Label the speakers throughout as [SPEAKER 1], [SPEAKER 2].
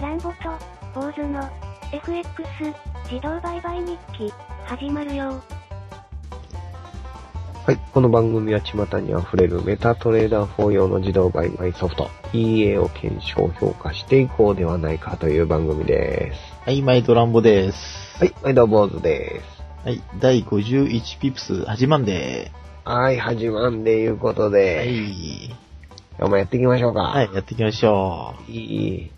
[SPEAKER 1] ランボと、坊主の、FX、自動売買日記、始まるよ
[SPEAKER 2] はい。この番組は巷に溢れるメタトレーダー4用の自動売買ソフト EA を検証評価していこうではないかという番組で
[SPEAKER 3] はい、マイドランボです。
[SPEAKER 2] す。はい。毎度坊主です。
[SPEAKER 3] はい、第51ピプス、始まんで
[SPEAKER 2] はい。始まんでいうこと
[SPEAKER 3] ー。は
[SPEAKER 2] で、
[SPEAKER 3] い。
[SPEAKER 2] 今日もやっていきましょうか。
[SPEAKER 3] はい、やっていきましょ
[SPEAKER 2] いい。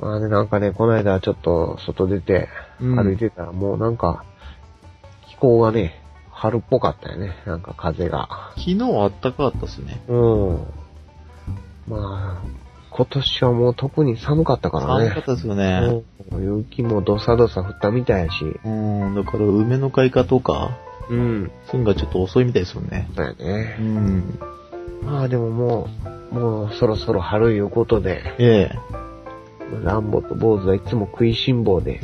[SPEAKER 2] まあね、なんかね、この間ちょっと外出て、
[SPEAKER 3] うん
[SPEAKER 2] 歩いてたら、もうなんか、気候がね、春っぽかったよね。なんか風が。
[SPEAKER 3] う。昨日あったかかったっすね。
[SPEAKER 2] うん。まあ、今年はもう特に寒かったから
[SPEAKER 3] 寒かっ
[SPEAKER 2] ね。
[SPEAKER 3] たっすよ
[SPEAKER 2] う
[SPEAKER 3] ね。
[SPEAKER 2] ん雪もどさどさ降ったみたいやし。
[SPEAKER 3] うん、だから梅の開花とか、
[SPEAKER 2] うん。
[SPEAKER 3] そういうのがちょっと遅いみたいですよね。
[SPEAKER 2] だよ
[SPEAKER 3] う
[SPEAKER 2] ね。
[SPEAKER 3] ん。
[SPEAKER 2] まあでももう、もうそろそろ春いうことで、
[SPEAKER 3] ええ
[SPEAKER 2] ランボと坊主はいつも食いしん坊 で。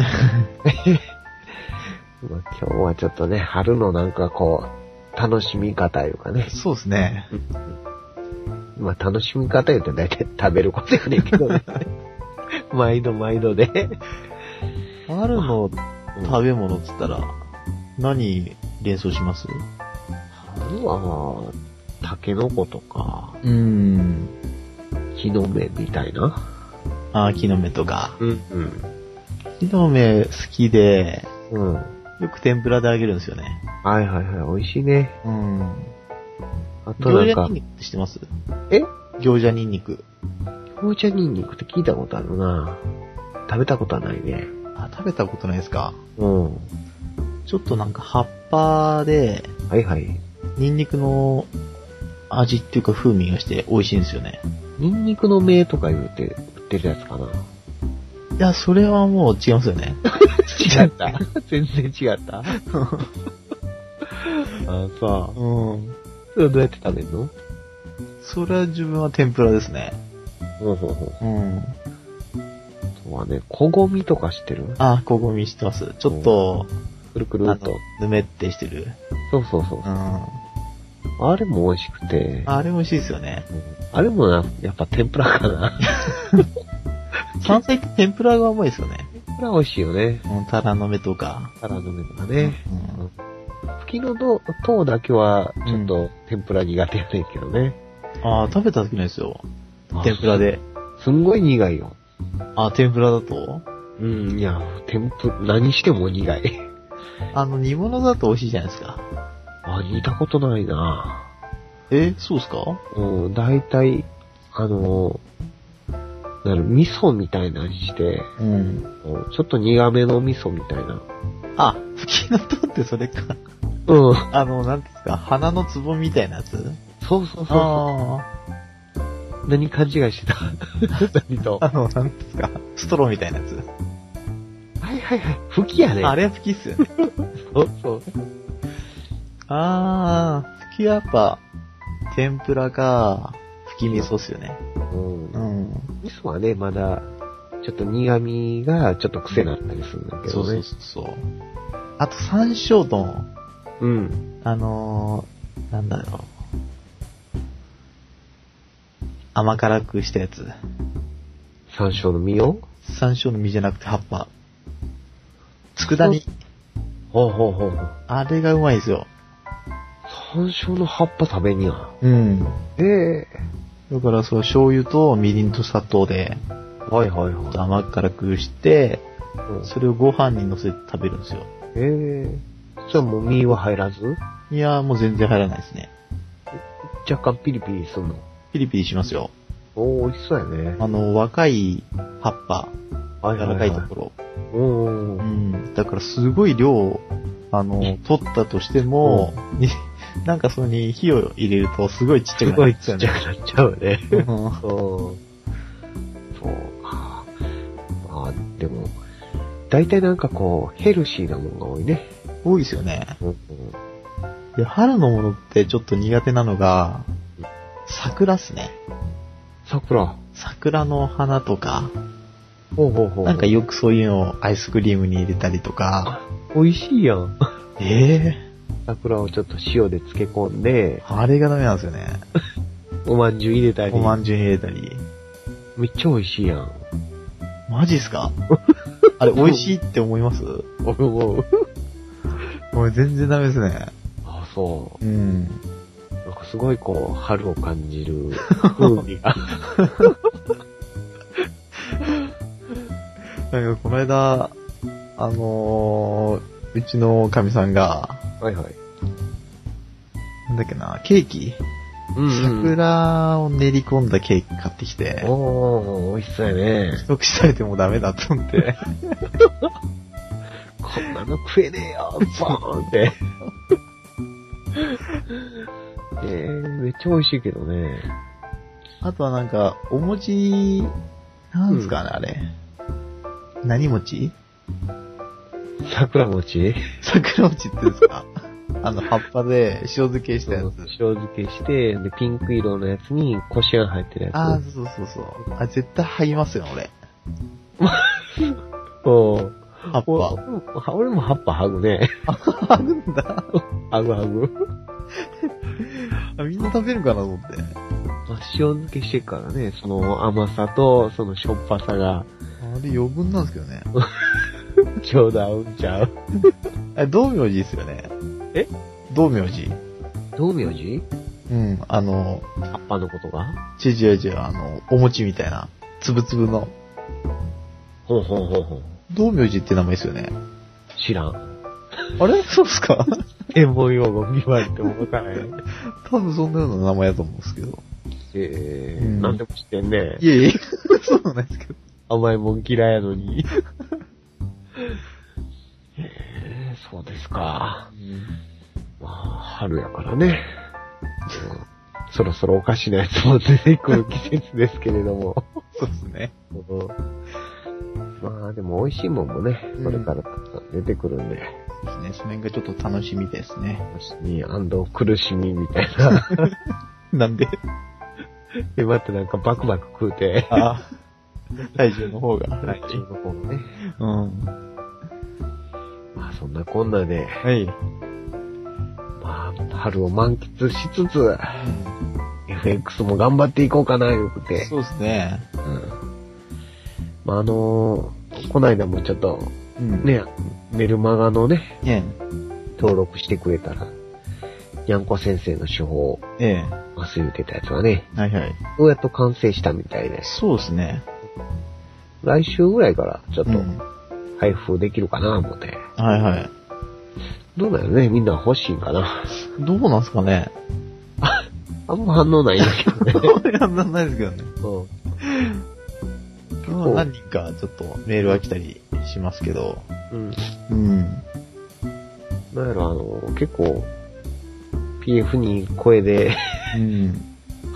[SPEAKER 2] まあ今日はちょっとね、春のなんかこう、楽しみ方いうかね。
[SPEAKER 3] そうですね。
[SPEAKER 2] まあ楽しみ方言うと大体食べることやねんけど ね。毎度毎度で。
[SPEAKER 3] 春の食べ物っつったら、何連想します
[SPEAKER 2] 春はまあ、タケノコとか、
[SPEAKER 3] うん。
[SPEAKER 2] 木の芽みたいな。
[SPEAKER 3] あー、木の芽とか。
[SPEAKER 2] うん。
[SPEAKER 3] 木の芽好きで、
[SPEAKER 2] うん。うん。は
[SPEAKER 3] よく天ぷらであげるんですよね。
[SPEAKER 2] いはいはい、美味しいね。
[SPEAKER 3] うん。
[SPEAKER 2] あとな
[SPEAKER 3] 餃
[SPEAKER 2] ん
[SPEAKER 3] 子
[SPEAKER 2] か、
[SPEAKER 3] ニンニクって知ってます
[SPEAKER 2] え
[SPEAKER 3] 餃子ニンニク。
[SPEAKER 2] 紅茶ニンニクって聞いたことあるな食べたことはないね。
[SPEAKER 3] あ、食べたことないですか
[SPEAKER 2] うん。
[SPEAKER 3] ちょっとなんか葉っぱで、
[SPEAKER 2] はいはい。
[SPEAKER 3] ニンニクの味っていうか風味がして美味しいんですよね。
[SPEAKER 2] ニンニクの芽とか言って、売ってるやつかな。
[SPEAKER 3] いや、それはもう違いますよね。
[SPEAKER 2] 違った。 全然違った。 あさ
[SPEAKER 3] うん。
[SPEAKER 2] それどうやって食べるの
[SPEAKER 3] それは自分は天ぷらですね。
[SPEAKER 2] ほうほうほう。
[SPEAKER 3] うん。
[SPEAKER 2] あとはね、こごみとかしてる
[SPEAKER 3] あ、こごみしてます。ちょっと、
[SPEAKER 2] くるく
[SPEAKER 3] あ
[SPEAKER 2] る
[SPEAKER 3] の
[SPEAKER 2] っと。、
[SPEAKER 3] ぬめってしてる。
[SPEAKER 2] そうそうそう
[SPEAKER 3] う。ん。
[SPEAKER 2] あれも美味しくて。
[SPEAKER 3] あれ美味しいですよね。
[SPEAKER 2] あれもな、やっぱ天ぷらかな。
[SPEAKER 3] 山菜って天ぷらが甘いですよね。
[SPEAKER 2] 天ぷら美味しいよね。
[SPEAKER 3] うん、タラの芽とか。
[SPEAKER 2] タラの芽とかね。
[SPEAKER 3] うん。
[SPEAKER 2] 吹きのと糖だけは、ちょっと天ぷら苦手やねんけどね。
[SPEAKER 3] あー食べた時ないですよ。天ぷらで。
[SPEAKER 2] すんごい苦いよ。
[SPEAKER 3] あ、天ぷらだと
[SPEAKER 2] うん、いや、天ぷら、何しても苦い。
[SPEAKER 3] あの、煮物だと美味しいじゃないですか。
[SPEAKER 2] あ、似たことないな
[SPEAKER 3] え、そうっすか
[SPEAKER 2] うん、大体、あの、なる、味噌みたいなのにして、
[SPEAKER 3] うん。
[SPEAKER 2] うんちょっと苦めの味噌みたいな。
[SPEAKER 3] あ、吹きのとってそれか。
[SPEAKER 2] うん。
[SPEAKER 3] あの、なんていうんですか、花のつぼみたいなやつ
[SPEAKER 2] そうそうそう。
[SPEAKER 3] あ
[SPEAKER 2] 何勘違いしてた 何と
[SPEAKER 3] あ。。あの、なんていうんですか、ストローみたいなやつ。
[SPEAKER 2] はいはいはい。吹きやね。
[SPEAKER 3] あれは吹きっすよ ね。
[SPEAKER 2] そうそう。
[SPEAKER 3] ああ、吹きはやっぱ、天ぷらか、吹き味噌っすよね。
[SPEAKER 2] うん
[SPEAKER 3] う。ん。
[SPEAKER 2] 味噌はね、まだ、ちょっと苦味がちょっと癖になったりするんだけ
[SPEAKER 3] そう
[SPEAKER 2] ど
[SPEAKER 3] そ
[SPEAKER 2] ね
[SPEAKER 3] う。そうそう。あと、山椒と、
[SPEAKER 2] うん。
[SPEAKER 3] あのー、なんだろう。甘辛くしたやつ。
[SPEAKER 2] 山椒の実を
[SPEAKER 3] 山椒の実じゃなくて葉っぱ。佃煮。
[SPEAKER 2] ほうほうほうほう。
[SPEAKER 3] あれがうまいですよ。
[SPEAKER 2] 山椒の葉っぱ食べにゃ。
[SPEAKER 3] うん。
[SPEAKER 2] ええ
[SPEAKER 3] だからそう、醤油とみりんと砂糖で
[SPEAKER 2] はいはいはい。
[SPEAKER 3] 甘辛くして、
[SPEAKER 2] うん
[SPEAKER 3] それをご飯に乗せて食べるんですよ。
[SPEAKER 2] ええじゃあもう身は入らず
[SPEAKER 3] いやーもう全然入らないですね。
[SPEAKER 2] 若干ピリピリするの。
[SPEAKER 3] ピリピリしますよ。
[SPEAKER 2] おー、美味しそうやね。
[SPEAKER 3] あの、若い葉っぱ、
[SPEAKER 2] は
[SPEAKER 3] 柔らかいところ。
[SPEAKER 2] ろ。お
[SPEAKER 3] う
[SPEAKER 2] ー。
[SPEAKER 3] ん。だからすごい量、あの、取ったとしても、に、 なんかそれに火を入れるとすごいちっち
[SPEAKER 2] す
[SPEAKER 3] ゃくな
[SPEAKER 2] ご
[SPEAKER 3] る
[SPEAKER 2] いちっちゃくなっちゃうね。
[SPEAKER 3] う
[SPEAKER 2] そ
[SPEAKER 3] ん
[SPEAKER 2] う。そうか。まあ、でも、大体なんかこう、ヘルシーなものが多いね。
[SPEAKER 3] 多いですよね。
[SPEAKER 2] うん。
[SPEAKER 3] で、春のものってちょっと苦手なのが、桜っすね。
[SPEAKER 2] 桜。
[SPEAKER 3] 桜の花とか、
[SPEAKER 2] ほうほうほう。
[SPEAKER 3] なんかよくそういうのをアイスクリームに入れたりとか、
[SPEAKER 2] 美味しいやん。
[SPEAKER 3] ええ
[SPEAKER 2] 桜をちょっと塩で漬け込んで、
[SPEAKER 3] あれがダメなんですよね。
[SPEAKER 2] おまんじゅう入れたり。
[SPEAKER 3] おまんじゅうに入れたり。
[SPEAKER 2] めっちゃ美味しいやん。
[SPEAKER 3] マジっすかあれ、美味しいって思います
[SPEAKER 2] 俺もう。
[SPEAKER 3] 俺全然ダメですね。
[SPEAKER 2] あ、そ
[SPEAKER 3] うん。
[SPEAKER 2] う。なんかすごいこう、春を感じ る風味が。
[SPEAKER 3] なんかこの間、あのー、うちのかみさんが、
[SPEAKER 2] はいはい。
[SPEAKER 3] なんだっけな、ケーキ、
[SPEAKER 2] うん、うん。
[SPEAKER 3] 桜を練り込んだケーキ買ってきて、
[SPEAKER 2] おー、美味しそうやね。
[SPEAKER 3] 一口食べてもダメだと思って、
[SPEAKER 2] こんなの食えねえよボーン って。えー、めっちゃ美味しいけどね。
[SPEAKER 3] あとはなんか、お餅、なんですかね、あれ。何餅
[SPEAKER 2] 桜餅
[SPEAKER 3] 桜餅っていうんです かあの、葉っぱで塩漬けしたや
[SPEAKER 2] 塩
[SPEAKER 3] つ。
[SPEAKER 2] 漬けして、で、ピンク色のやつにこしあん入ってるやつ。
[SPEAKER 3] ああ、そうそうそう。あ、絶対入りますよ、俺。
[SPEAKER 2] そう。
[SPEAKER 3] 葉っ
[SPEAKER 2] お
[SPEAKER 3] ぱ。
[SPEAKER 2] 俺も葉っぱ剥ぐね。
[SPEAKER 3] あるんだ。
[SPEAKER 2] 剥ぐ剥ぐ。
[SPEAKER 3] あ みんな食べるかなと思って。
[SPEAKER 2] まあ、塩漬けしてからね、その甘さと、そのしょっぱさが、
[SPEAKER 3] あれ余分なんですけどね。
[SPEAKER 2] ちょうど合うんちゃう。
[SPEAKER 3] あれ、道明寺ですよね。
[SPEAKER 2] え
[SPEAKER 3] 道明寺。
[SPEAKER 2] 道明寺
[SPEAKER 3] うん、あの、
[SPEAKER 2] 葉っぱのことが
[SPEAKER 3] ちじやじや、あの、お餅みたいな、つぶつぶの。
[SPEAKER 2] ほうほうほうほう。
[SPEAKER 3] 道明寺って名前ですよね。
[SPEAKER 2] 知らん。
[SPEAKER 3] あれそうっすか
[SPEAKER 2] 専門用語見われてもわからない。
[SPEAKER 3] 多分そんなような名前だと思うんですけど。
[SPEAKER 2] え
[SPEAKER 3] う
[SPEAKER 2] ー、
[SPEAKER 3] ん
[SPEAKER 2] なんでも知ってんね。
[SPEAKER 3] いえいえ、 そうなんですけど。
[SPEAKER 2] 甘いもん嫌いやの に。えー、そうですか。まあ、春やからね。うんそろそろおかしなやつも出てくる季節ですけれども。
[SPEAKER 3] そうですね。
[SPEAKER 2] うんまあ、でも美味しいもんもね、
[SPEAKER 3] うん
[SPEAKER 2] これからたくさん出てくるんで、
[SPEAKER 3] ですね。その辺がちょっと楽しみですね。
[SPEAKER 2] 楽しみ苦しみみたいな。
[SPEAKER 3] なんで、
[SPEAKER 2] え、待ってなんかバクバク食うて、
[SPEAKER 3] あ 体重の方が。は
[SPEAKER 2] 来週の方がね。
[SPEAKER 3] うん。
[SPEAKER 2] まあ、そんなこんなで、
[SPEAKER 3] はい。
[SPEAKER 2] まあ、春を満喫しつつ、FX も頑張っていこうかな、よくて。
[SPEAKER 3] そうですね。
[SPEAKER 2] うん。まあ、あのーこないだもちょっと、
[SPEAKER 3] うん。
[SPEAKER 2] ね、メルマガのね、
[SPEAKER 3] え
[SPEAKER 2] 登録してくれたら、にゃんこ先生の手法を
[SPEAKER 3] え。え
[SPEAKER 2] 忘れてたやつがね、
[SPEAKER 3] え。はいはい。
[SPEAKER 2] どうやっと完成したみたいです。
[SPEAKER 3] そうですね。
[SPEAKER 2] 来週ぐらいからちょっと
[SPEAKER 3] うん。
[SPEAKER 2] 配布できるかな、思って。
[SPEAKER 3] はいはい。
[SPEAKER 2] どうだよね、みんな欲しいんかな。
[SPEAKER 3] どうなんすかね
[SPEAKER 2] あんま反応ないんだけどね。
[SPEAKER 3] やんないですけどね。
[SPEAKER 2] うん
[SPEAKER 3] まあ何人かちょっとメールは来たりしますけど。
[SPEAKER 2] うん。
[SPEAKER 3] うん。
[SPEAKER 2] なんやろ、あの、結構、PF に声で、
[SPEAKER 3] うん。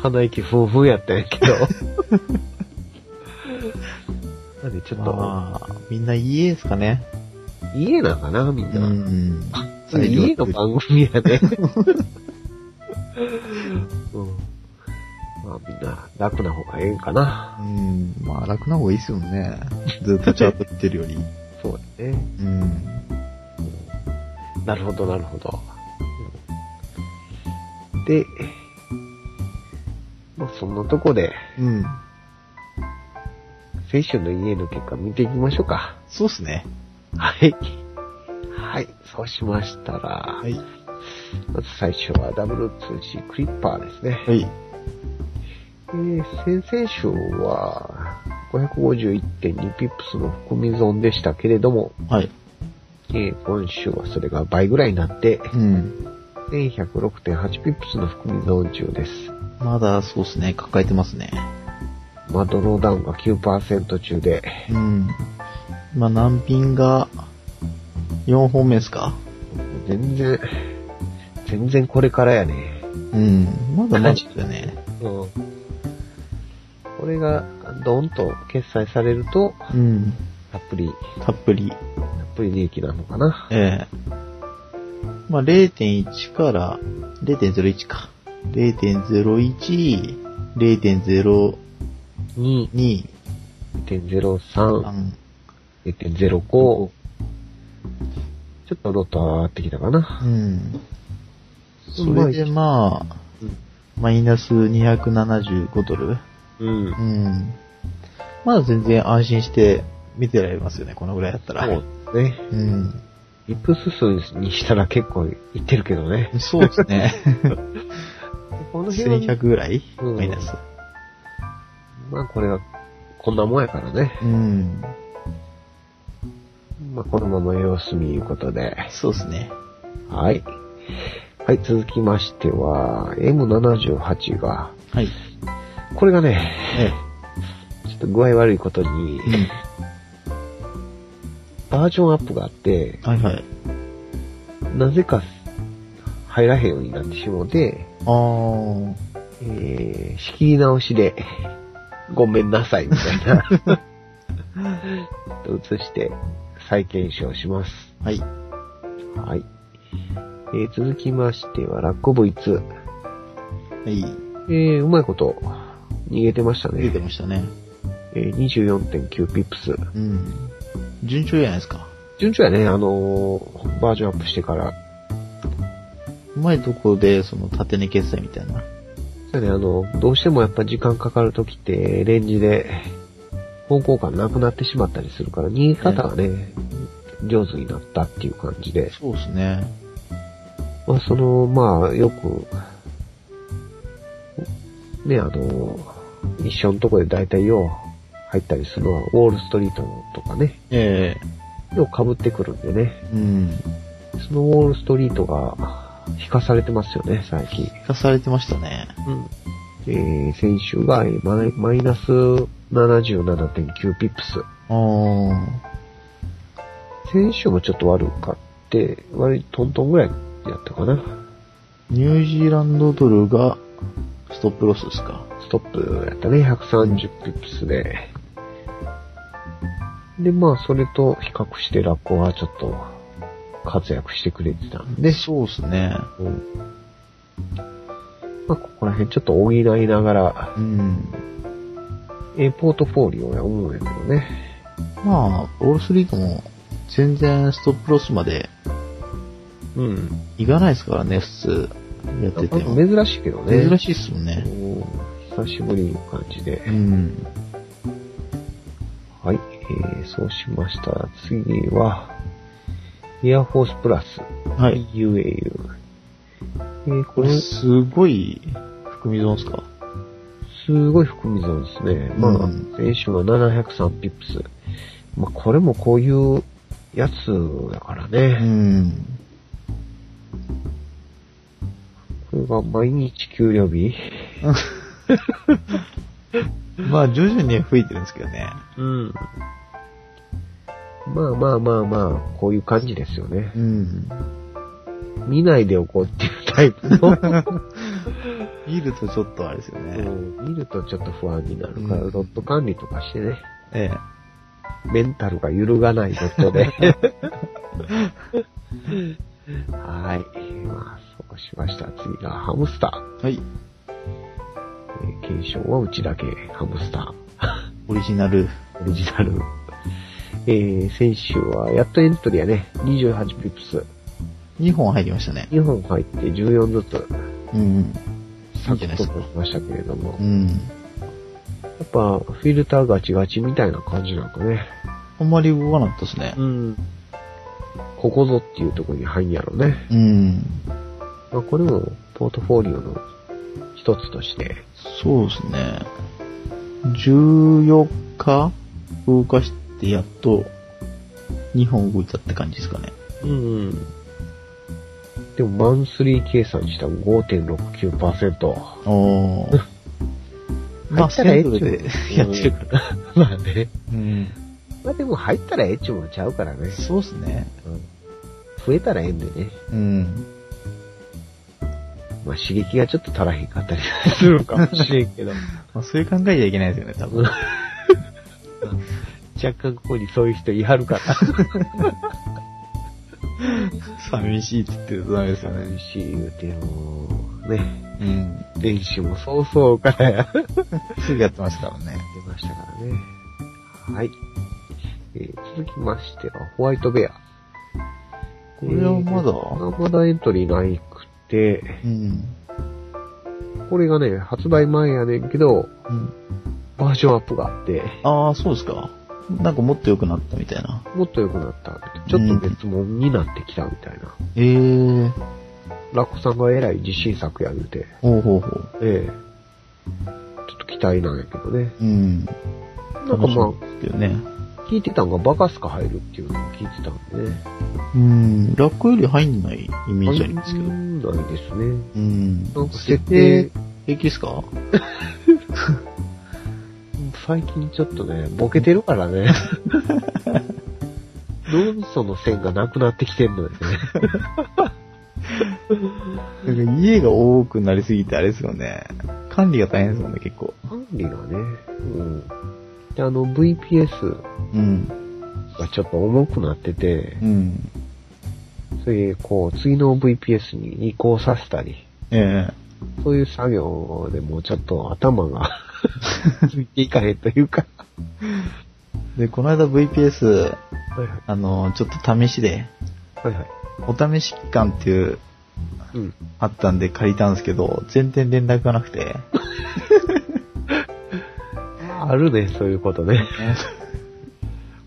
[SPEAKER 2] 鼻息ふんふんやったんやけ ど。なんでちょっと、
[SPEAKER 3] まあ、みんな家ですかね。
[SPEAKER 2] 家なんかな、みん
[SPEAKER 3] う
[SPEAKER 2] な。
[SPEAKER 3] ん。
[SPEAKER 2] それ家の番組やね。うん。まあみんな楽な方がええんかな。
[SPEAKER 3] うん。まあ楽な方がいいですよね。ずっとチャートやってるより。
[SPEAKER 2] そうだね。
[SPEAKER 3] うん。
[SPEAKER 2] なるほど、なるほど。で、まあ、そんなとこで、
[SPEAKER 3] うん。
[SPEAKER 2] 青春の家の結果見ていきましょうか。
[SPEAKER 3] そうっすね。
[SPEAKER 2] はい。はい、そうしましたら、
[SPEAKER 3] い。
[SPEAKER 2] まず最初は W2C クリッパーですね。
[SPEAKER 3] はい。
[SPEAKER 2] えー、先々週は、551.2ピップスの含み損でしたけれども、
[SPEAKER 3] はい。
[SPEAKER 2] えー今週はそれが倍ぐらいになって、
[SPEAKER 3] うん。
[SPEAKER 2] 1106.8ピップスの含み損中です。
[SPEAKER 3] まだそうっすね。抱えてますね。
[SPEAKER 2] まあ、ドローダウンが9%中で、
[SPEAKER 3] うん。まあ難品が4本目ですか
[SPEAKER 2] 全然、全然これからやね。
[SPEAKER 3] うん。まだマジだね。
[SPEAKER 2] うん。これが、ドンと決済されると、
[SPEAKER 3] うん。
[SPEAKER 2] たっぷり、
[SPEAKER 3] たっぷり。
[SPEAKER 2] たっぷり利益なのかな。
[SPEAKER 3] ええまあ0.1から、0.01か。0.01、0.02、
[SPEAKER 2] 2.03、
[SPEAKER 3] 3
[SPEAKER 2] 0.05。ちょっとロット上がってきたかな。
[SPEAKER 3] うん。
[SPEAKER 2] う
[SPEAKER 3] そ
[SPEAKER 2] ま
[SPEAKER 3] れ
[SPEAKER 2] い
[SPEAKER 3] でまあ
[SPEAKER 2] うん、
[SPEAKER 3] マイナス275ドル
[SPEAKER 2] うん
[SPEAKER 3] う。ん。まだ全然安心して見てられますよね、このぐらいだったら。
[SPEAKER 2] そうですね。
[SPEAKER 3] うん。
[SPEAKER 2] リップス数にしたら結構いってるけどね。
[SPEAKER 3] そうです ね。
[SPEAKER 2] この辺は、
[SPEAKER 3] 1100ぐらい
[SPEAKER 2] うん
[SPEAKER 3] マイナス。
[SPEAKER 2] まあこれが、こんなもんやからね。
[SPEAKER 3] うん。
[SPEAKER 2] まあこのまま様子見いうことで。
[SPEAKER 3] そうですね。
[SPEAKER 2] はい。はい、続きましては、M78 が、
[SPEAKER 3] はい。
[SPEAKER 2] これがね、
[SPEAKER 3] え
[SPEAKER 2] ちょっと具合悪いことに
[SPEAKER 3] え。、うん。
[SPEAKER 2] バージョンアップがあって、
[SPEAKER 3] はいはい。
[SPEAKER 2] なぜか入らへんようになってしまうで、
[SPEAKER 3] あー。
[SPEAKER 2] えー、仕切り直しで、ごめんなさい、みたいな。 と移して、再検証します。
[SPEAKER 3] はい。
[SPEAKER 2] はい。えー、続きましては、ラッコ V2。
[SPEAKER 3] はい。
[SPEAKER 2] えー、うまいこと、逃げてました
[SPEAKER 3] 出て
[SPEAKER 2] ね。
[SPEAKER 3] ましたね。
[SPEAKER 2] えー、24.9ピップス。
[SPEAKER 3] うん。順調じゃないですか。
[SPEAKER 2] 順調やね、あのーバージョンアップしてから。
[SPEAKER 3] うまいところで、その、縦値決済みたいな。
[SPEAKER 2] そうやね、あの、どうしてもやっぱ時間かかるときって、レンジで、方向感なくなってしまったりするから、逃げ方がね、上手になったっていう感じで。
[SPEAKER 3] そうですね。
[SPEAKER 2] まあ、その、まあ、よく、ね、あの、一緒のとこで大体よう入ったりするのは、ウォールストリートとかね、
[SPEAKER 3] え
[SPEAKER 2] よう被ってくるんでね
[SPEAKER 3] え、うん。
[SPEAKER 2] そのウォールストリートが引かされてますよね、最近。
[SPEAKER 3] 聞かされてましたね。
[SPEAKER 2] えー、先週がえーマイマイナス77.9ピップス。
[SPEAKER 3] あー。
[SPEAKER 2] 先週もちょっと悪かって、割とトントンぐらいやったかな。
[SPEAKER 3] ニュージーランドドルが、ストップロスですか。
[SPEAKER 2] ストップやったね。130ピップスで。で、まあ、それと比較してラッコはちょっと活躍してくれてたんで、
[SPEAKER 3] で、そうですね。
[SPEAKER 2] うんまあ、ここら辺ちょっと補いながら、
[SPEAKER 3] うん。
[SPEAKER 2] えーポートフォーリオや思うんやけどね。
[SPEAKER 3] まあ、オールスリートも、全然ストップロスまで
[SPEAKER 2] うん。
[SPEAKER 3] いかないですからね、普通、やってても。
[SPEAKER 2] 珍しいけどね。
[SPEAKER 3] 珍しいっすもんね。
[SPEAKER 2] お久しぶりの感じで
[SPEAKER 3] う。ん。
[SPEAKER 2] はい、えー、そうしましたら次は、エアフォースプラス、
[SPEAKER 3] はい。
[SPEAKER 2] UAU。えー、こ
[SPEAKER 3] こ
[SPEAKER 2] れ、
[SPEAKER 3] れ、
[SPEAKER 2] す
[SPEAKER 3] すごい、含み損っすか
[SPEAKER 2] ごい含み損ですね。まあ
[SPEAKER 3] うん、
[SPEAKER 2] 選手は703ピップス。まあ、これもこういうやつだから
[SPEAKER 3] う
[SPEAKER 2] ね。
[SPEAKER 3] ん。
[SPEAKER 2] これが毎日給料日。
[SPEAKER 3] まあ、徐々に吹いてるんですけどね。
[SPEAKER 2] うん。まあまあまあまあ、こういう感じですよね。
[SPEAKER 3] うん。
[SPEAKER 2] 見ないでおこうっていうタイプの。
[SPEAKER 3] 見るとちょっとあれですよね。
[SPEAKER 2] うん見るとちょっと不安になるから、
[SPEAKER 3] うん
[SPEAKER 2] ロット管理とかしてね、
[SPEAKER 3] ええ。
[SPEAKER 2] メンタルが揺るがないロットで。はい。まあ、そうしました。次がハムスター。
[SPEAKER 3] はい。
[SPEAKER 2] えー検証はうちだけ、ハムスタ
[SPEAKER 3] オリジナル。
[SPEAKER 2] ー。オリジナル。 えー、先週は、やっとエントリーやね、28ピップス。
[SPEAKER 3] 2本入りましたね。
[SPEAKER 2] 2本入って14ずつ、
[SPEAKER 3] うん。いいんじゃない
[SPEAKER 2] とし
[SPEAKER 3] ですか。
[SPEAKER 2] ましたけれども
[SPEAKER 3] う、ん。
[SPEAKER 2] やっぱ、フィルターガチガチみたいな感じなんかね。
[SPEAKER 3] あんまり動かなかったですね。
[SPEAKER 2] ん。ここぞっていうところに入んやろね。
[SPEAKER 3] うん。
[SPEAKER 2] まあ、これもポートフォーリオの一つとして、
[SPEAKER 3] そうですね。14日動かしてやっと2本動いたって感じですかね。
[SPEAKER 2] うん。でも、マンスリー計算したら5.69%。
[SPEAKER 3] おー。 まあ、
[SPEAKER 2] 入ったら
[SPEAKER 3] セ
[SPEAKER 2] ええ
[SPEAKER 3] ン
[SPEAKER 2] っちゅう
[SPEAKER 3] トルでやってるから。
[SPEAKER 2] まあね。
[SPEAKER 3] うん。
[SPEAKER 2] まあでも、入ったらええっちゅうもんちゃうからね。
[SPEAKER 3] そうですね。
[SPEAKER 2] うん。増えたらええんでね。
[SPEAKER 3] うん。
[SPEAKER 2] まあ、刺激がちょっと足らへんかったりするかもしれんけど。
[SPEAKER 3] まあ、そういう考えじゃいけないですよね、多分。
[SPEAKER 2] 若干ここにそういう人いはるから。
[SPEAKER 3] 寂しいって言ってるとダメ ですよね。
[SPEAKER 2] 寂しい言うても、ね。
[SPEAKER 3] うん。
[SPEAKER 2] 練習もそうそうからや。
[SPEAKER 3] すぐやってますからね。
[SPEAKER 2] 出ましたからね。はい。えー続きましては、ホワイトベア。
[SPEAKER 3] これはま
[SPEAKER 2] え
[SPEAKER 3] だ
[SPEAKER 2] ーまだエントリーないくて、
[SPEAKER 3] うん。
[SPEAKER 2] これがね、発売前やねんけど、
[SPEAKER 3] うん。
[SPEAKER 2] バージョンアップがあって、
[SPEAKER 3] ああ、そうですか。なんかもっと良くなったみたいな。
[SPEAKER 2] もっと良くなった。ちょっと別物になってきたみたいな。
[SPEAKER 3] ええー。
[SPEAKER 2] ラコさんがえらい自信作やるて、
[SPEAKER 3] ほうほうほう。
[SPEAKER 2] ええちょっと期待なんやけどね。
[SPEAKER 3] う
[SPEAKER 2] な
[SPEAKER 3] ん。
[SPEAKER 2] んかま
[SPEAKER 3] 楽しみですけどね。
[SPEAKER 2] あ、聞いてたんがバカスカ入るっていうのを聞いてたんでね。
[SPEAKER 3] うん。ラックより入んないイメージありますけど。
[SPEAKER 2] ど。ないですね。
[SPEAKER 3] うん。
[SPEAKER 2] なんか設定、
[SPEAKER 3] 平気ですか
[SPEAKER 2] 最近ちょっとね、ボケてるからね。脳みその線がなくなってきてんのよ ね。
[SPEAKER 3] なんか家が多くなりすぎてあれですよね。管理が大変ですもんね、結構。
[SPEAKER 2] 管理がね、うん。で、あの VPS
[SPEAKER 3] うん。
[SPEAKER 2] がちょっと重くなってて、
[SPEAKER 3] うん。
[SPEAKER 2] それでこう、次の VPS に移行させたり、
[SPEAKER 3] え
[SPEAKER 2] そういう作業でもうちょっと頭 がついていかへんというか。
[SPEAKER 3] えで、この間 VPS、
[SPEAKER 2] はいは
[SPEAKER 3] あの、ちょっと試しで、
[SPEAKER 2] い。はいはい。
[SPEAKER 3] お試し期間っていう、
[SPEAKER 2] うん。
[SPEAKER 3] あったんで借りたんですけど、全然連絡がなくて。
[SPEAKER 2] あるね、そういうことね。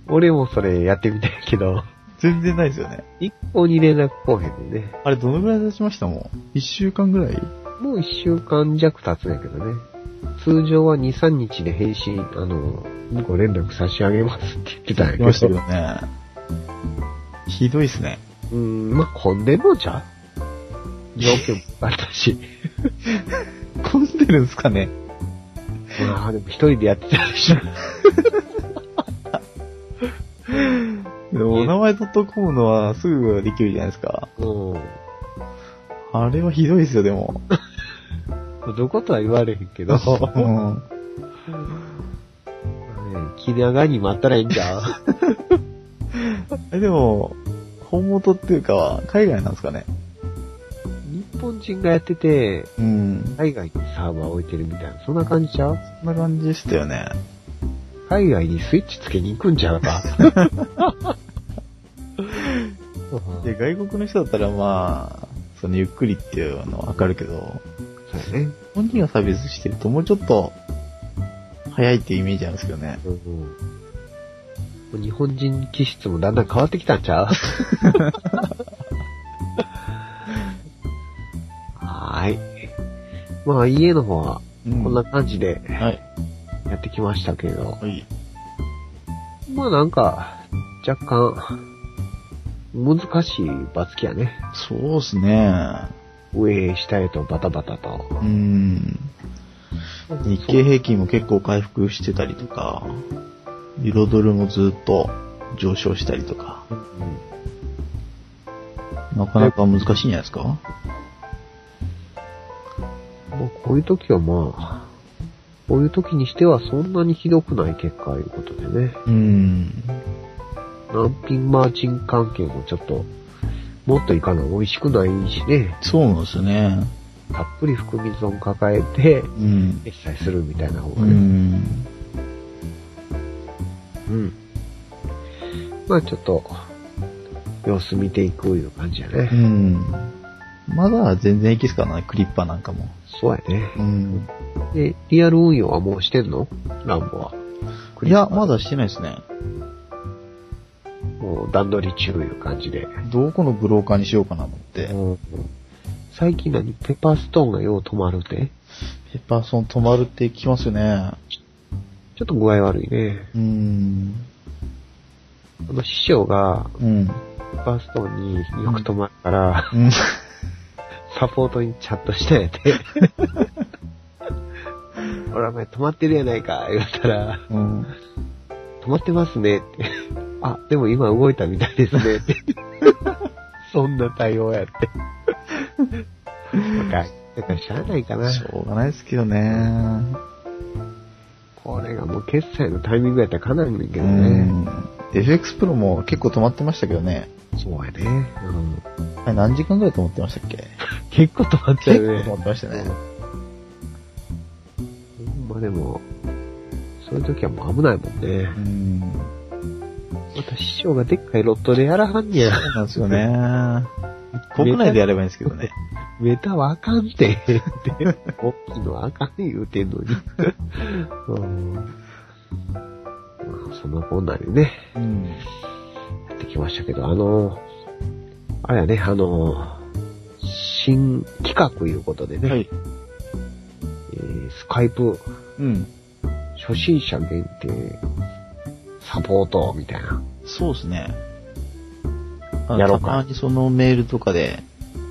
[SPEAKER 2] 俺もそれやってみたいけど、
[SPEAKER 3] 全然ないですよね。
[SPEAKER 2] 一向に連絡来へんでね。
[SPEAKER 3] あれどのぐらい経ちましたもん一週間ぐらい
[SPEAKER 2] もう一週間弱経つんやけどね。通常は2、3日で返信、あの、ご連絡差し上げますって言ってたん
[SPEAKER 3] いま
[SPEAKER 2] や
[SPEAKER 3] した
[SPEAKER 2] け
[SPEAKER 3] け
[SPEAKER 2] ど。
[SPEAKER 3] どね。ひどいっすね。
[SPEAKER 2] うん、まあ、混んでんのじゃう条件もあったし。
[SPEAKER 3] 混んでるんですかね
[SPEAKER 2] まあ、でも一人でやってたし。
[SPEAKER 3] でもお名前 .com のはすぐできるじゃないですか。
[SPEAKER 2] う
[SPEAKER 3] あれはひどいですよ、でも。
[SPEAKER 2] ん。どことは言われへん けど。ね
[SPEAKER 3] うん。
[SPEAKER 2] 気長に待ったらいいんじゃう
[SPEAKER 3] え、でも、本元っていうか、海外なんですかね
[SPEAKER 2] 日本人がやってて、
[SPEAKER 3] うん。
[SPEAKER 2] 海外にサーバー置いてるみたいな、そんな感じちゃう
[SPEAKER 3] そんな感じでしたよね。
[SPEAKER 2] 海外にスイッチつけに行くんちゃうか。
[SPEAKER 3] で、外国の人だったらまあ、そのゆっくりっていうのはわかるけど、
[SPEAKER 2] そうね。
[SPEAKER 3] 日本人がサービスしてるともうちょっと、早いっていうイメージなんですけどね。
[SPEAKER 2] うん、日本人気質もだんだん変わってきたんち ゃう はーい。まあ家の方は
[SPEAKER 3] うん
[SPEAKER 2] こんな感じで
[SPEAKER 3] はい。
[SPEAKER 2] やってきましたけど、
[SPEAKER 3] はい。
[SPEAKER 2] まあなんか若干難しいバツキやね。
[SPEAKER 3] そうですね。
[SPEAKER 2] 上へ下へとバタバタと
[SPEAKER 3] う。ん。日経平均も結構回復してたりとか、ユーロドルもずっと上昇したりとか、
[SPEAKER 2] うん
[SPEAKER 3] なかなか難しいんじゃないですか
[SPEAKER 2] まあ、こういう時はまあ、こういう時にしてはそんなにひどくない結果いうことでね、
[SPEAKER 3] うん。
[SPEAKER 2] 難品マーチン関係もちょっと、もっといかない美味しくないしね、
[SPEAKER 3] そうなんですよね。
[SPEAKER 2] たっぷり含み損抱えて、
[SPEAKER 3] うん。
[SPEAKER 2] 決済するみたいな方
[SPEAKER 3] う
[SPEAKER 2] がね。
[SPEAKER 3] ん。
[SPEAKER 2] うん。まあちょっと、様子見ていくいう感じやね。
[SPEAKER 3] うん。まだ全然いいですからね、クリッパーなんかも。
[SPEAKER 2] そうやね。
[SPEAKER 3] うん。
[SPEAKER 2] で、リアル運用はもうしてんのランボは。
[SPEAKER 3] いや、まだしてないですね。
[SPEAKER 2] もう段取り中いう感じで。
[SPEAKER 3] どこのブローカーにしようかなと思って。
[SPEAKER 2] 最近何ペッパーストーンがよう止まるて
[SPEAKER 3] ペッパーソン止まるって聞きますよね。
[SPEAKER 2] ちょっと具合悪いね。
[SPEAKER 3] うん。
[SPEAKER 2] あの、師匠が、
[SPEAKER 3] うん。
[SPEAKER 2] ペッパーストーンによく止まる から、
[SPEAKER 3] うん。
[SPEAKER 2] サポートにチャットしたん やて。ほら、お前止まってるやないか、言ったら、
[SPEAKER 3] うん。
[SPEAKER 2] 止まってますねって。 あ、でも今動いたみたいですねって。そんな対応やって。なんか、だからしゃあないかな。
[SPEAKER 3] しょうがないですけどね。
[SPEAKER 2] これがもう決済のタイミングやったらかなりねんけ
[SPEAKER 3] う
[SPEAKER 2] どね。
[SPEAKER 3] ん。FX プロも結構止まってましたけどね。
[SPEAKER 2] そうやね。うん。
[SPEAKER 3] あれ何時間ぐらい止まってましたっけ
[SPEAKER 2] 結構止まっちゃ
[SPEAKER 3] 結
[SPEAKER 2] う
[SPEAKER 3] 構
[SPEAKER 2] ね
[SPEAKER 3] 止。まってましたね。
[SPEAKER 2] まあでも、そういう時はもう危ないもんね
[SPEAKER 3] う。ん。
[SPEAKER 2] また師匠がでっかいロットでやらはんねや。
[SPEAKER 3] そうなんですよね。 国内でやればいいんですけどね。
[SPEAKER 2] メタはあかんて。で大きいのはあかん言うてんのに。うんまあそんなこんなでね、
[SPEAKER 3] うん。
[SPEAKER 2] やってきましたけど、あの、あれやね、あの、新企画いうことでね、
[SPEAKER 3] はい。
[SPEAKER 2] えースカイプ
[SPEAKER 3] うん。
[SPEAKER 2] 初心者限定サポートみたいな。
[SPEAKER 3] そうですね。あ
[SPEAKER 2] やろ
[SPEAKER 3] た
[SPEAKER 2] うか
[SPEAKER 3] まにそのメールとかで、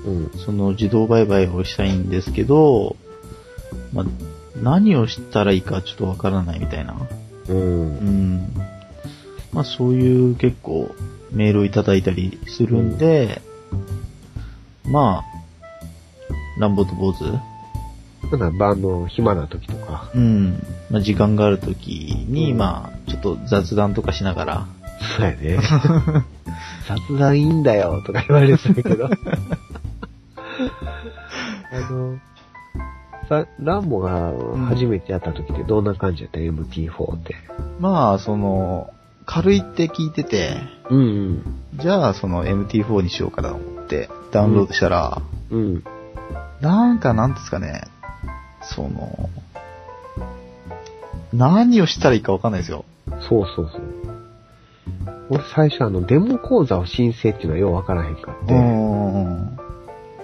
[SPEAKER 2] うん。
[SPEAKER 3] その自動売買をしたいんですけど、まあ、何をしたらいいかちょっとわからないみたいな。
[SPEAKER 2] うん
[SPEAKER 3] う。ん。まあそういう結構メールをいただいたりするんで、まあ、乱暴と坊主
[SPEAKER 2] ただ、バンド暇な時とか、
[SPEAKER 3] うん。まあ時間がある時に、
[SPEAKER 2] うん
[SPEAKER 3] まあ、ちょっと雑談とかしながら、
[SPEAKER 2] そうや ね。雑談いいんだよとか言われてたけ ど。あの、さ、ランボが初めてやった時ってどんな感じやった、?MT4 って。
[SPEAKER 3] まあ、その、軽いって聞いてて、
[SPEAKER 2] うん
[SPEAKER 3] じゃあその MT4 にしようかなと思ってダウンロードしたら、
[SPEAKER 2] うん。うん。
[SPEAKER 3] なんかなんですかね、その、何をしたらいいかわかんないですよ。
[SPEAKER 2] そうそうそう。俺最初あの、デモ講座を申請っていうのはようわからへんかって、
[SPEAKER 3] うん。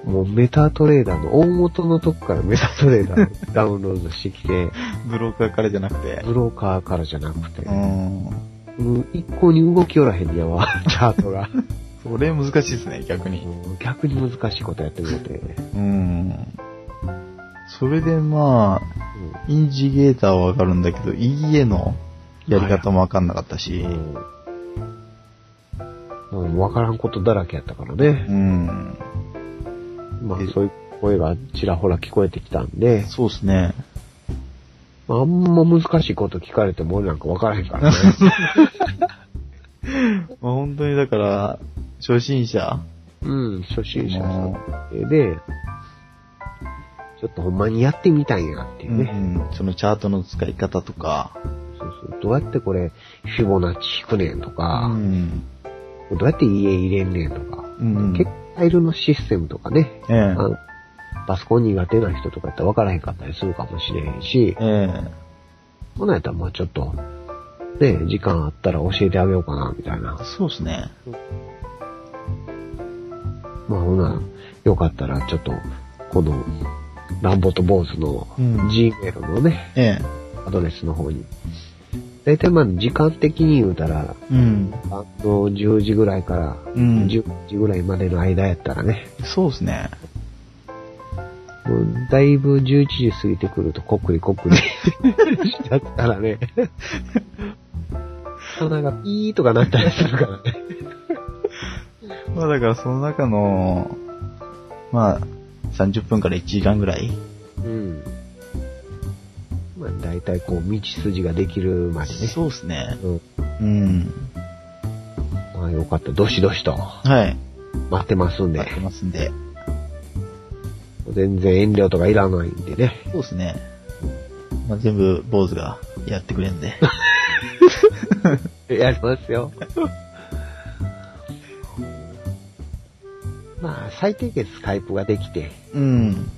[SPEAKER 2] もうメタトレーダーの大元のとこからメタトレーダーを ダウンロードしてきて、
[SPEAKER 3] ブローカーからじゃなくて。
[SPEAKER 2] ブローカーからじゃなくて、
[SPEAKER 3] うん。
[SPEAKER 2] うん、一向に動きおらへんやわ、チャートが。
[SPEAKER 3] それ難しいですね、逆に。
[SPEAKER 2] 逆に難しいことやってくれて。
[SPEAKER 3] うん。それでまあ、インジゲーターはわかるんだけど、EA のやり方もわかんなかったし、
[SPEAKER 2] うん。うん、わからんことだらけやったからね
[SPEAKER 3] う。ん。
[SPEAKER 2] まあ
[SPEAKER 3] え、
[SPEAKER 2] そういう声がちらほら聞こえてきたんで、
[SPEAKER 3] そうですね。
[SPEAKER 2] まああんま難しいこと聞かれても俺なんかわからへんからね。
[SPEAKER 3] まあ、本当にだから、初心者
[SPEAKER 2] うん、初心者さん
[SPEAKER 3] の、
[SPEAKER 2] で、ちょっとほんまにやってみたいなっていううね。
[SPEAKER 3] ん、そのチャートの使い方とか、
[SPEAKER 2] そうそうどうやってこれ、フィボナッチ引くねんと
[SPEAKER 3] う
[SPEAKER 2] か、
[SPEAKER 3] ん、
[SPEAKER 2] どうやって家入れんねんとか、
[SPEAKER 3] うん
[SPEAKER 2] 結構タイルのシステムとかね、
[SPEAKER 3] ええ
[SPEAKER 2] あ、のパソコン苦手な人とかやったら分からへんかったりするかもしれへんし、
[SPEAKER 3] え
[SPEAKER 2] ほなやったらまあちょっと、ね、時間あったら教えてあげようかな、みたいな
[SPEAKER 3] え。そうですね。
[SPEAKER 2] まあほな、よかったらちょっと、この、ランボと坊主の
[SPEAKER 3] うん
[SPEAKER 2] Gmail のね、
[SPEAKER 3] ええ、
[SPEAKER 2] アドレスの方に。大体まあ時間的に言うたら、
[SPEAKER 3] うん、
[SPEAKER 2] あの、10時ぐらいから
[SPEAKER 3] うん
[SPEAKER 2] 10時ぐらいまでの間やったらね、
[SPEAKER 3] そうですね。
[SPEAKER 2] もうだいぶ11時過ぎてくるとこっくりこっく りしちゃったらね、そうなんかピーとかなったりするからね。
[SPEAKER 3] まあだからその中の、まあ、30分から1時間ぐらい。
[SPEAKER 2] うん。まあ大体こう道筋ができるまでね。
[SPEAKER 3] そうですね。
[SPEAKER 2] うん。
[SPEAKER 3] うん。
[SPEAKER 2] まあよかった。どしどしと
[SPEAKER 3] はい。
[SPEAKER 2] 待ってますんで
[SPEAKER 3] やっ。てますんで。
[SPEAKER 2] 全然遠慮とかいらないんでね。
[SPEAKER 3] そうですね。まあ全部、坊主がやってくれんで。
[SPEAKER 2] やりますよ。 まあ、最低限スカイプができて、
[SPEAKER 3] うん。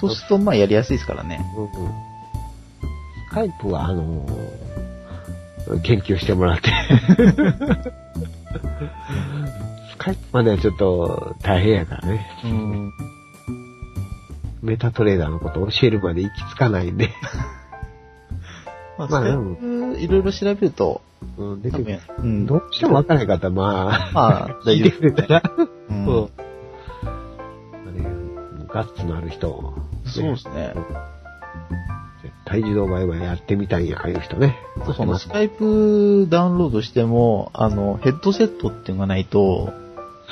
[SPEAKER 3] そうすると、まあやりやすいですからね。
[SPEAKER 2] うんうんスカイプは、あのー研究してもら って。スカイプまではちょっと大変やからね。
[SPEAKER 3] うん。
[SPEAKER 2] メタトレーダーのこと教えるまで行き着かないんで。
[SPEAKER 3] まあ、
[SPEAKER 2] まあで
[SPEAKER 3] そういろいろ調べると、
[SPEAKER 2] うん、で
[SPEAKER 3] 多分、う
[SPEAKER 2] うん
[SPEAKER 3] ん、
[SPEAKER 2] どうしても分からへんかったら、まあ、
[SPEAKER 3] まあ、
[SPEAKER 2] 聞
[SPEAKER 3] 大
[SPEAKER 2] い
[SPEAKER 3] 丈
[SPEAKER 2] てくれたら、
[SPEAKER 3] 夫。うん
[SPEAKER 2] そう。あれガッツのある人、
[SPEAKER 3] そうですね。
[SPEAKER 2] 絶対自動売買やってみたいんや、ああいう人ね。
[SPEAKER 3] そのスカイプダウンロードしても、あの、ヘッドセットっていうのがないと、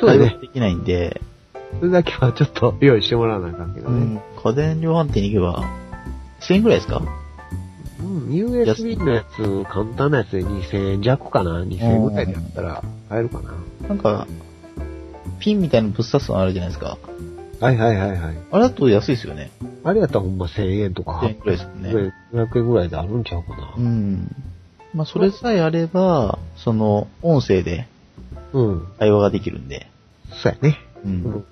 [SPEAKER 2] そうだ
[SPEAKER 3] 対
[SPEAKER 2] ね
[SPEAKER 3] 応。できないんで、
[SPEAKER 2] それだけはちょっと用意してもらわなあかんけどね。
[SPEAKER 3] 家電量販店に行けば、1000円くらいですか
[SPEAKER 2] うん、USB のやつ、簡単なやつで2000円弱かな ?2000 円ぐらいでやったら買えるかな
[SPEAKER 3] なんか、ピンみたいなのぶっ刺すのあるじゃないですか。
[SPEAKER 2] はいはいはいはい。
[SPEAKER 3] あれだと安いですよね。
[SPEAKER 2] あれやったらほんま1000円とか、
[SPEAKER 3] 1000円くらいですよね。
[SPEAKER 2] 500円ぐらいであるんちゃうかな
[SPEAKER 3] うん。まあ、それさえあれば、その、音声で
[SPEAKER 2] うん。
[SPEAKER 3] 会話ができるんで。
[SPEAKER 2] そうやね。
[SPEAKER 3] う
[SPEAKER 2] う
[SPEAKER 3] う。
[SPEAKER 2] んん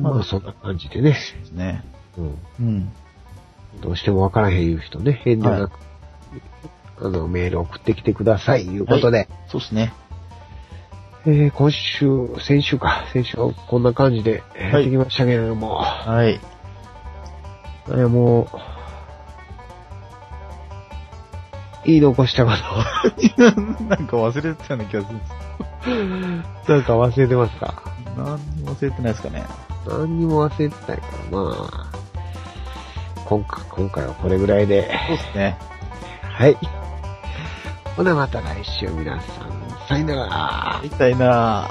[SPEAKER 2] まあそんな感じでね、
[SPEAKER 3] ですね。
[SPEAKER 2] うん、
[SPEAKER 3] うん。
[SPEAKER 2] どうしてもわからへんいう人ね、遠慮なく、あの、メール送ってきてください、いうことで、
[SPEAKER 3] そうですね。
[SPEAKER 2] えー今週、先週か、先週はこんな感じで
[SPEAKER 3] い
[SPEAKER 2] やってきましたけれども、
[SPEAKER 3] はい。
[SPEAKER 2] えーもう、言い残したこと
[SPEAKER 3] なんか忘れてたような気がするんで す
[SPEAKER 2] なんか忘れてますか
[SPEAKER 3] けど。何も忘れてないですかね。
[SPEAKER 2] 何にも忘れてないから、まあ、今回、今回はこれぐらいで、
[SPEAKER 3] そうですね。
[SPEAKER 2] はい。ほなまた来週皆さん、さよなら。
[SPEAKER 3] みたいな。